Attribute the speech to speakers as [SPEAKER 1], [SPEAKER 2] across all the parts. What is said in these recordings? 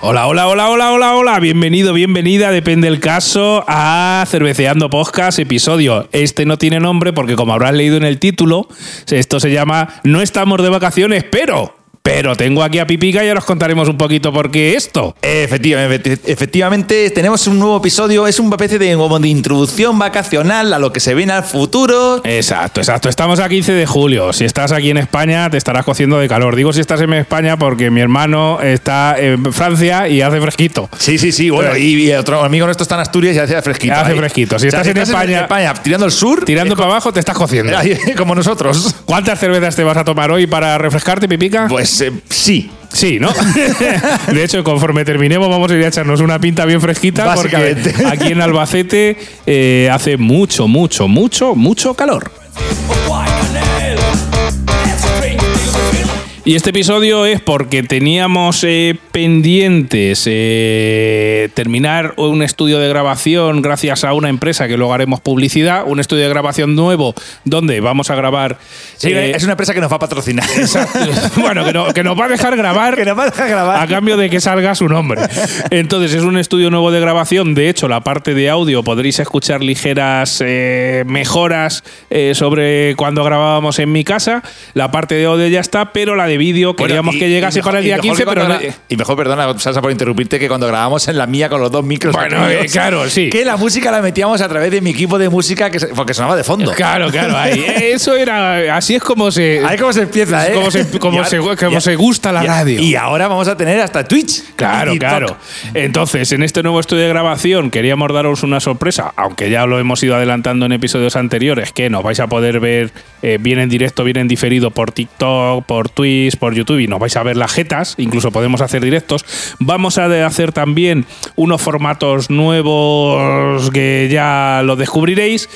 [SPEAKER 1] Hola, hola, hola, hola, hola, hola. Bienvenido, bienvenida, depende el caso, a Cerveceando Podcast, episodio. Este no tiene nombre porque, como habrás leído en el título, esto se llama No estamos de vacaciones, pero. Pero tengo aquí a Pipica y ahora os contaremos un poquito por qué esto.
[SPEAKER 2] Efectivamente, efectivamente, tenemos un nuevo episodio. Es una especie de, como de introducción vacacional a lo que se viene al futuro.
[SPEAKER 1] Exacto, exacto. Estamos a 15 de julio. Si estás aquí en España, te estarás cociendo de calor. Digo si estás en España porque mi hermano está en Francia y hace fresquito.
[SPEAKER 2] Sí, sí, sí. Bueno, y, y otro amigo nuestro está en Asturias y hace fresquito.
[SPEAKER 1] Hace
[SPEAKER 2] ahí.
[SPEAKER 1] fresquito. Si estás en España-
[SPEAKER 2] tirando al sur,
[SPEAKER 1] Tirando para abajo, te estás cociendo.
[SPEAKER 2] ahí, como nosotros.
[SPEAKER 1] ¿Cuántas cervezas te vas a tomar hoy para refrescarte, Pipica?
[SPEAKER 2] Pues eh, sí.
[SPEAKER 1] Sí, ¿no? De hecho, conforme terminemos, vamos a ir a echarnos una pinta bien fresquita porque
[SPEAKER 2] Básicamente.
[SPEAKER 1] aquí en Albacete eh, hace mucho, mucho, mucho, mucho calor. Y este episodio es porque teníamos eh, pendientes eh, terminar un estudio de grabación gracias a una empresa que luego haremos publicidad, un estudio de grabación nuevo donde vamos a grabar.
[SPEAKER 2] Sí,
[SPEAKER 1] eh,
[SPEAKER 2] es una empresa que nos va a patrocinar.
[SPEAKER 1] bueno, que, no- que nos va a dejar grabar
[SPEAKER 2] que nos va a dejar grabar.
[SPEAKER 1] a cambio de que salga su nombre. Entonces, es un estudio nuevo de grabación. De hecho, la parte de audio podréis escuchar ligeras eh, mejoras eh, sobre cuando grabábamos en mi casa. La parte de audio ya está, pero la de vídeo
[SPEAKER 2] Bueno,
[SPEAKER 1] queríamos
[SPEAKER 2] y-
[SPEAKER 1] que llegase
[SPEAKER 2] y mejor-
[SPEAKER 1] para el
[SPEAKER 2] y
[SPEAKER 1] día
[SPEAKER 2] mejor
[SPEAKER 1] 15,
[SPEAKER 2] que
[SPEAKER 1] pero.
[SPEAKER 2] cuando
[SPEAKER 1] na-
[SPEAKER 2] gra- Y mejor, perdona, Salsa, por interrumpirte, que cuando grabábamos en la mía con los dos micros.
[SPEAKER 1] Bueno, eh,
[SPEAKER 2] aquí,
[SPEAKER 1] claro, sí.
[SPEAKER 2] Que la música la metíamos a través de mi equipo de música que se- porque sonaba de fondo.
[SPEAKER 1] Claro, claro, ahí. eh. Eso era. Así es como se.
[SPEAKER 2] Ahí cómo se empieza, ¿eh?
[SPEAKER 1] Cómo se- cómo
[SPEAKER 2] Y ahora-
[SPEAKER 1] se- cómo
[SPEAKER 2] y-
[SPEAKER 1] se gusta la
[SPEAKER 2] y-
[SPEAKER 1] radio.
[SPEAKER 2] Y ahora vamos a tener hasta Twitch.
[SPEAKER 1] Claro,
[SPEAKER 2] y TikTok.
[SPEAKER 1] claro. Entonces, en este nuevo estudio de grabación queríamos daros una sorpresa, aunque ya lo hemos ido adelantando en episodios anteriores, que nos vais a poder ver eh, bien en directo, bien en diferido por TikTok, por Twitch, por YouTube y nos vais a ver las jetas, incluso podemos hacer directos. Vamos a de- hacer también unos formatos nuevos que ya lo descubriréis.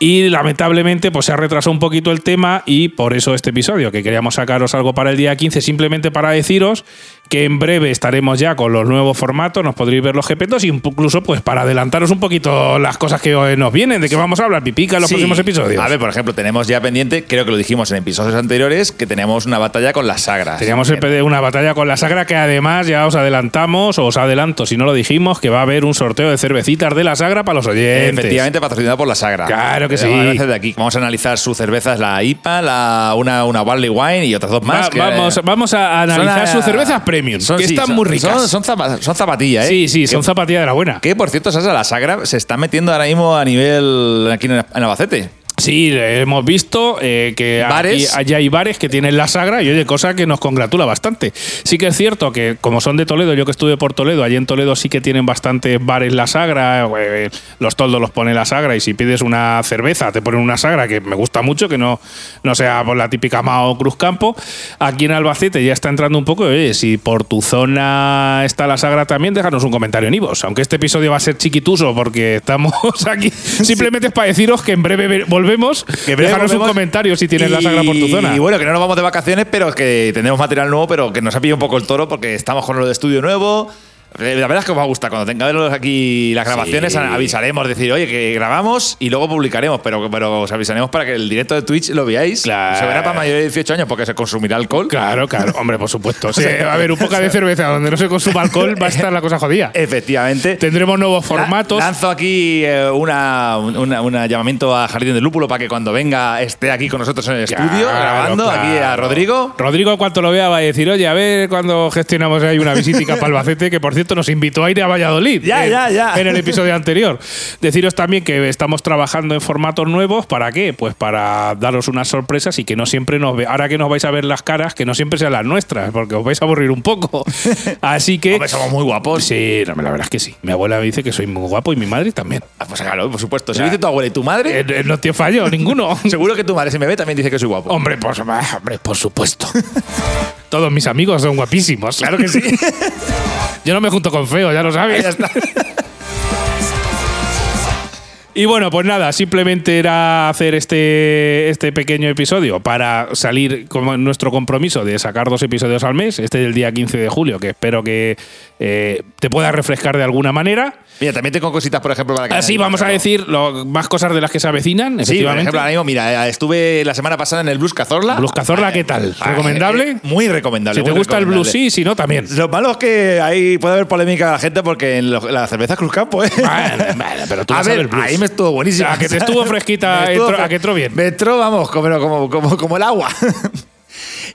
[SPEAKER 1] Y lamentablemente pues se ha retrasado un poquito el tema y por eso este episodio, que queríamos sacaros algo para el día 15, simplemente para deciros que en breve estaremos ya con los nuevos formatos, nos podréis ver los GPTOS, incluso pues para adelantaros un poquito las cosas que hoy nos vienen, de que vamos a hablar, pipica en los
[SPEAKER 2] Sí.
[SPEAKER 1] próximos episodios.
[SPEAKER 2] A ver, por ejemplo, tenemos ya pendiente, creo que lo dijimos en episodios anteriores, que tenemos una batalla con las sagras.
[SPEAKER 1] Teníamos el PD una batalla con la Sagra que además ya os adelantamos, o os adelanto si no lo dijimos, que va a haber un sorteo de cervecitas de la Sagra para los oyentes.
[SPEAKER 2] Efectivamente, patrocinado por la Sagra.
[SPEAKER 1] Claro que sí.
[SPEAKER 2] Vamos a hacer de aquí. Vamos a analizar sus cervezas, la IPA, la, una, una Barley Wine y otras dos
[SPEAKER 1] Va-
[SPEAKER 2] más. que-
[SPEAKER 1] vamos, vamos a
[SPEAKER 2] son
[SPEAKER 1] analizar
[SPEAKER 2] a-
[SPEAKER 1] sus cervezas premium,
[SPEAKER 2] son-
[SPEAKER 1] que
[SPEAKER 2] sí,
[SPEAKER 1] están
[SPEAKER 2] son-
[SPEAKER 1] muy ricas.
[SPEAKER 2] Son, son zapa- son zapatillas, ¿eh?
[SPEAKER 1] Sí, sí, son
[SPEAKER 2] Que-
[SPEAKER 1] zapatillas de la buena.
[SPEAKER 2] Que, por cierto, Sasa, la Sagra se está metiendo ahora mismo a nivel aquí en, en Albacete.
[SPEAKER 1] Sí, hemos visto eh, que
[SPEAKER 2] Bares.
[SPEAKER 1] aquí- allá hay bares que tienen la sagra y oye, cosa que nos congratula bastante. Sí que es cierto que como son de Toledo, yo que estuve por Toledo, allí en Toledo sí que tienen bastantes bares la sagra, eh, los toldos los pone la sagra y si pides una cerveza te ponen una sagra que me gusta mucho, que no, no sea por la típica Mao Cruz Campo. Aquí en Albacete ya está entrando un poco, oye, si por tu zona está la sagra también, déjanos un comentario en Ivos, aunque este episodio va a ser chiquituso porque estamos aquí simplemente es para deciros que en breve ve- volvemos.
[SPEAKER 2] Que breve
[SPEAKER 1] Déjanos un
[SPEAKER 2] volvemos.
[SPEAKER 1] comentario si tienes la sagra por tu zona.
[SPEAKER 2] Y bueno, que no nos vamos de vacaciones, pero que tenemos material nuevo, pero que nos ha pillado un poco el toro porque estamos con lo de estudio nuevo. Eh, La verdad es que os va a gustar. Cuando tengamos aquí las grabaciones,
[SPEAKER 1] Sí.
[SPEAKER 2] a- avisaremos, decir, oye, que grabamos y luego publicaremos, pero, pero os avisaremos para que el directo de Twitch lo veáis.
[SPEAKER 1] Claro.
[SPEAKER 2] Se verá para mayores de 18 años porque se consumirá alcohol.
[SPEAKER 1] Claro, claro, hombre, por supuesto. Sí, va a haber un poco de cerveza donde no se consuma alcohol, va a estar la cosa jodida.
[SPEAKER 2] Efectivamente.
[SPEAKER 1] Tendremos nuevos
[SPEAKER 2] eh, La-
[SPEAKER 1] formatos.
[SPEAKER 2] Lanzo aquí eh, una, una- un llamamiento a Jardín del Lúpulo para que cuando venga esté aquí con nosotros en el estudio
[SPEAKER 1] Claro,
[SPEAKER 2] grabando aquí a
[SPEAKER 1] claro.
[SPEAKER 2] Rodrigo.
[SPEAKER 1] Rodrigo, cuanto lo vea, va a decir, oye, a ver cuando gestionamos ahí una visita para Albacete, que por cierto nos invitó a ir a Valladolid.
[SPEAKER 2] Ya,
[SPEAKER 1] en,
[SPEAKER 2] ya, ya.
[SPEAKER 1] En el episodio anterior. Deciros también que estamos trabajando en formatos nuevos. ¿Para qué? Pues para daros unas sorpresas y que no siempre nos ve. Ahora que nos vais a ver las caras, que no siempre sean las nuestras, porque os vais a aburrir un poco. Así que.
[SPEAKER 2] Hombre, somos muy guapos.
[SPEAKER 1] Sí, no, la verdad es que sí. Mi abuela me dice que soy muy guapo y mi madre también.
[SPEAKER 2] Ah, Pues claro, por supuesto. Si
[SPEAKER 1] Ya.
[SPEAKER 2] lo dice tu abuela y tu madre,
[SPEAKER 1] Eh, eh, no te fallo, ninguno.
[SPEAKER 2] seguro que tu madre, si me ve, también dice que soy guapo.
[SPEAKER 1] Hombre, por, su- ah, hombre, por supuesto. Todos mis amigos son guapísimos. Claro que sí. Yo no me junto con feo, ya lo sabes.
[SPEAKER 2] Ya está.
[SPEAKER 1] Y bueno, pues nada, simplemente era hacer este, este pequeño episodio para salir con nuestro compromiso de sacar dos episodios al mes. Este es el día 15 de julio, que espero que eh, te pueda refrescar de alguna manera.
[SPEAKER 2] Mira, también tengo cositas, por ejemplo, para que.
[SPEAKER 1] Así
[SPEAKER 2] añadir,
[SPEAKER 1] Ah, vamos a
[SPEAKER 2] claro.
[SPEAKER 1] decir lo- más cosas de las que se avecinan,
[SPEAKER 2] Sí, por
[SPEAKER 1] efectivamente.
[SPEAKER 2] ejemplo, ahora mismo, mira, eh, estuve la semana pasada en el Blues Cazorla.
[SPEAKER 1] Blues Cazorla, ¿qué tal? ¿Recomendable?
[SPEAKER 2] eh, Muy recomendable.
[SPEAKER 1] si te
[SPEAKER 2] muy
[SPEAKER 1] gusta el blues, sí,
[SPEAKER 2] recomendable.
[SPEAKER 1] si no, también.
[SPEAKER 2] Lo malo es que ahí puede haber polémica de la gente porque en lo- la cerveza Cruz Campo, ¿eh?
[SPEAKER 1] Bueno, bueno, pero tú
[SPEAKER 2] a
[SPEAKER 1] vas a
[SPEAKER 2] ver,
[SPEAKER 1] ver blues.
[SPEAKER 2] ahí me estuvo buenísima.
[SPEAKER 1] A que te estuvo fresquita,
[SPEAKER 2] Me estuvo
[SPEAKER 1] entró-
[SPEAKER 2] fre-
[SPEAKER 1] a que entró bien.
[SPEAKER 2] Me entró, vamos, como, como, como, como el agua.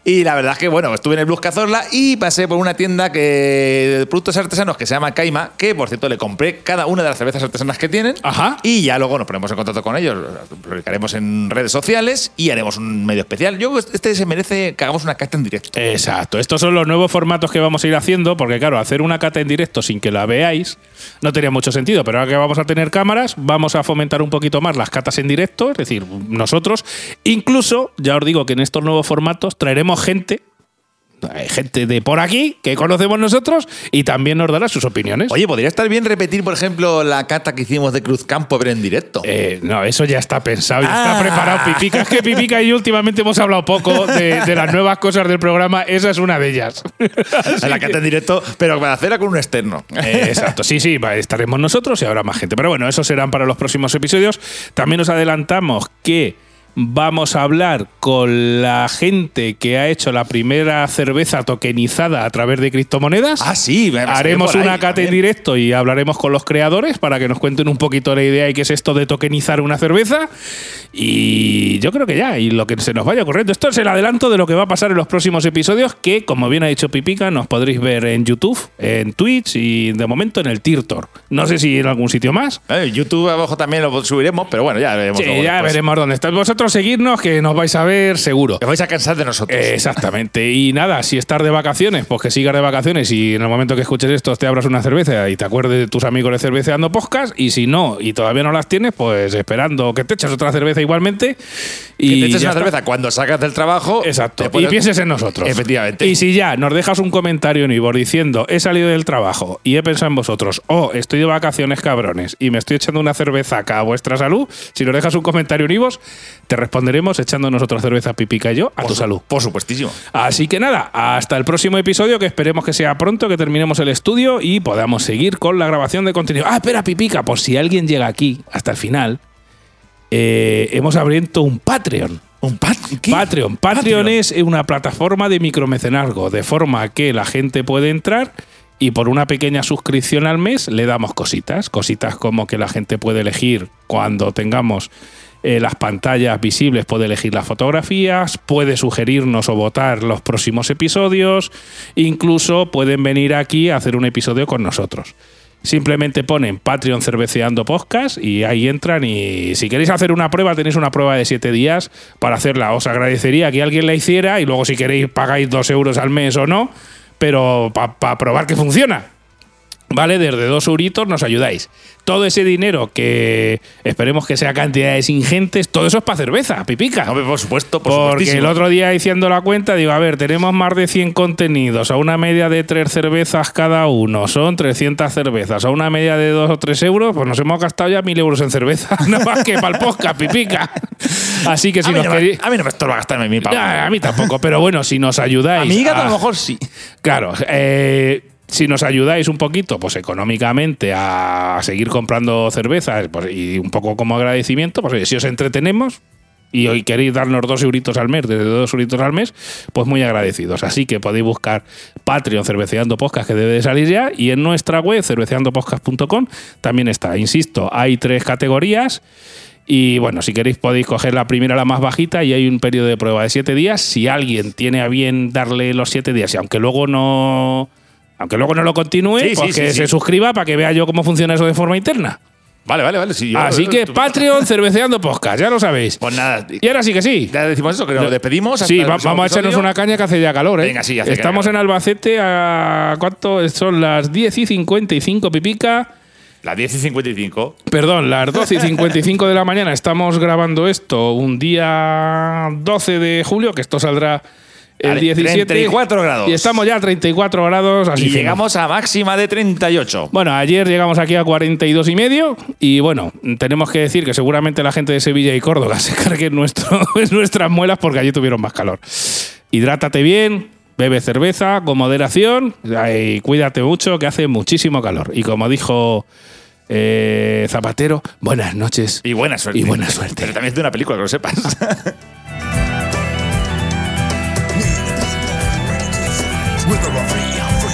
[SPEAKER 2] y la verdad es que, bueno, estuve en el Blues Cazorla y pasé por una tienda que, de productos artesanos que se llama Caima, que, por cierto, le compré cada una de las cervezas artesanas que tienen.
[SPEAKER 1] Ajá.
[SPEAKER 2] Y ya luego nos ponemos en contacto con ellos, lo publicaremos en redes sociales y haremos un medio especial. Yo, este se merece que hagamos una cata en directo.
[SPEAKER 1] Exacto, estos son los nuevos formatos que vamos a ir haciendo, porque claro, hacer una cata en directo sin que la veáis no tenía mucho sentido, pero ahora que vamos a tener cámaras, vamos a fomentar un poquito más las catas en directo, es decir, nosotros, incluso, ya os digo que en estos nuevos formatos traeremos gente, eh, gente de por aquí que conocemos nosotros y también nos dará sus opiniones.
[SPEAKER 2] Oye, podría estar bien repetir, por ejemplo, la cata que hicimos de Cruz Campo, pero en directo.
[SPEAKER 1] Eh, no, eso ya está pensado, ya
[SPEAKER 2] Ah.
[SPEAKER 1] está preparado Pipica. Es que Pipica y yo últimamente hemos hablado poco de, de las nuevas cosas del programa, esa es una de ellas.
[SPEAKER 2] la cata en directo, pero para hacerla con un externo.
[SPEAKER 1] Eh, Exacto, sí, sí, va, estaremos nosotros y habrá más gente. Pero bueno, esos serán para los próximos episodios. También os adelantamos que vamos a hablar con la gente que ha hecho la primera cerveza tokenizada a través de criptomonedas.
[SPEAKER 2] Ah, sí, me- me salió
[SPEAKER 1] Haremos
[SPEAKER 2] por ahí
[SPEAKER 1] una cata en
[SPEAKER 2] también.
[SPEAKER 1] directo y hablaremos con los creadores para que nos cuenten un poquito la idea y qué es esto de tokenizar una cerveza. Y yo creo que ya, y lo que se nos vaya ocurriendo. Esto es el adelanto de lo que va a pasar en los próximos episodios, que como bien ha dicho Pipica, nos podréis ver en YouTube, en Twitch y de momento en el Tirtor. No sé si en algún sitio más.
[SPEAKER 2] Eh, YouTube abajo también lo subiremos, pero bueno, ya veremos.
[SPEAKER 1] Sí,
[SPEAKER 2] luego
[SPEAKER 1] ya
[SPEAKER 2] después.
[SPEAKER 1] veremos dónde estáis. Vosotros seguirnos, que nos vais a ver seguro.
[SPEAKER 2] Os vais a cansar de nosotros.
[SPEAKER 1] Exactamente. Y nada, si estás de vacaciones, pues que sigas de vacaciones y en el momento que escuches esto te abras una cerveza y te acuerdes de tus amigos de cerveceando podcast. Y si no, y todavía no las tienes, pues esperando que te eches otra cerveza igualmente.
[SPEAKER 2] Que
[SPEAKER 1] Y
[SPEAKER 2] te eches
[SPEAKER 1] ya está.
[SPEAKER 2] una cerveza cuando sacas del trabajo.
[SPEAKER 1] Exacto.
[SPEAKER 2] te pones-
[SPEAKER 1] Y pienses en nosotros.
[SPEAKER 2] Efectivamente.
[SPEAKER 1] Y si ya nos dejas un comentario en Ivor diciendo he salido del trabajo y he pensado en vosotros, o estoy de vacaciones, cabrones, y me estoy echando una cerveza acá a vuestra salud, si nos dejas un comentario en Ivor, te responderemos echándonos otra cerveza pipica y yo a
[SPEAKER 2] por
[SPEAKER 1] tu
[SPEAKER 2] su-
[SPEAKER 1] salud.
[SPEAKER 2] Por supuestísimo.
[SPEAKER 1] Así que nada, hasta el próximo episodio, que esperemos que sea pronto, que terminemos el estudio y podamos seguir con la grabación de contenido. Ah, espera, Pipica, por si alguien llega aquí hasta el final, eh, hemos abierto un Patreon.
[SPEAKER 2] ¿Un pat- qué?
[SPEAKER 1] Patreon. Patreon es eh, una plataforma de micromecenazgo, de forma que la gente puede entrar y por una pequeña suscripción al mes le damos cositas. Cositas como que la gente puede elegir cuando tengamos eh, las pantallas visibles, puede elegir las fotografías, puede sugerirnos o votar los próximos episodios, incluso pueden venir aquí a hacer un episodio con nosotros. Simplemente ponen Patreon Cerveceando Podcast y ahí entran y si queréis hacer una prueba tenéis una prueba de 7 días para hacerla. Os agradecería que alguien la hiciera y luego si queréis pagáis 2 euros al mes o no, pero para probar que funciona. ¿Vale? Desde dos euritos nos ayudáis. Todo ese dinero que esperemos que sea cantidades ingentes, todo eso es para cerveza, pipica.
[SPEAKER 2] Hombre, por supuesto, por
[SPEAKER 1] Porque
[SPEAKER 2] supuestísimo.
[SPEAKER 1] el otro día diciendo la cuenta, digo, a ver, tenemos más de 100 contenidos, a una media de tres cervezas cada uno, son 300 cervezas, a una media de dos o tres euros, pues nos hemos gastado ya mil euros en cerveza, nada más que para el podcast, pipica. Así que
[SPEAKER 2] a,
[SPEAKER 1] si
[SPEAKER 2] mí
[SPEAKER 1] nos
[SPEAKER 2] no me,
[SPEAKER 1] queréis...
[SPEAKER 2] a mí no me estorba gastarme mi pavo.
[SPEAKER 1] Nah, a mí Ah. tampoco, pero bueno, si nos ayudáis...
[SPEAKER 2] mi gato
[SPEAKER 1] a-
[SPEAKER 2] a lo mejor sí.
[SPEAKER 1] Claro, eh, si nos ayudáis un poquito, pues económicamente a seguir comprando cervezas pues, y un poco como agradecimiento, pues oye, si os entretenemos y hoy queréis darnos dos euritos al mes, desde dos euritos al mes, pues muy agradecidos. Así que podéis buscar Patreon Cerveceando Podcast, que debe de salir ya, y en nuestra web, cerveceandopodcast.com, también está. Insisto, hay tres categorías. Y bueno, si queréis podéis coger la primera, la más bajita, y hay un periodo de prueba de 7 días. Si alguien tiene a bien darle los 7 días, y aunque luego no. Aunque luego no lo continúe,
[SPEAKER 2] Sí, sí,
[SPEAKER 1] pues
[SPEAKER 2] sí,
[SPEAKER 1] que
[SPEAKER 2] sí.
[SPEAKER 1] se suscriba para que vea yo cómo funciona eso de forma interna.
[SPEAKER 2] Vale, vale, vale. sí, yo-
[SPEAKER 1] Así que
[SPEAKER 2] tú-
[SPEAKER 1] Patreon Cerveceando Podcast, ya lo sabéis.
[SPEAKER 2] Pues nada,
[SPEAKER 1] Y ahora sí que sí.
[SPEAKER 2] ya decimos eso, que nos despedimos. hasta
[SPEAKER 1] Sí,
[SPEAKER 2] el
[SPEAKER 1] va-
[SPEAKER 2] próximo
[SPEAKER 1] vamos a echarnos
[SPEAKER 2] episodio.
[SPEAKER 1] una caña que hace ya calor, ¿eh?
[SPEAKER 2] Venga, sí, hace
[SPEAKER 1] Estamos
[SPEAKER 2] ya
[SPEAKER 1] en
[SPEAKER 2] calor.
[SPEAKER 1] Albacete a. ¿Cuánto? Son las 10 y 55 pipica.
[SPEAKER 2] Las 10 y 55.
[SPEAKER 1] Perdón, las 12 y 55 de la mañana estamos grabando esto un día 12 de julio, que esto saldrá el
[SPEAKER 2] Vale,
[SPEAKER 1] 17.
[SPEAKER 2] 34 grados.
[SPEAKER 1] Y estamos ya a 34 grados. Así
[SPEAKER 2] Y
[SPEAKER 1] fino.
[SPEAKER 2] llegamos a máxima de 38.
[SPEAKER 1] Bueno, ayer llegamos aquí a 42 y medio y bueno, tenemos que decir que seguramente la gente de Sevilla y Córdoba se carguen nuestro, nuestras muelas porque allí tuvieron más calor. Hidrátate bien, bebe cerveza con moderación y cuídate mucho que hace muchísimo calor. Y como dijo eh, Zapatero, buenas noches.
[SPEAKER 2] Y buena suerte.
[SPEAKER 1] Y buena suerte.
[SPEAKER 2] Pero también es de una película, que lo sepas.
[SPEAKER 3] With a free, I'm free.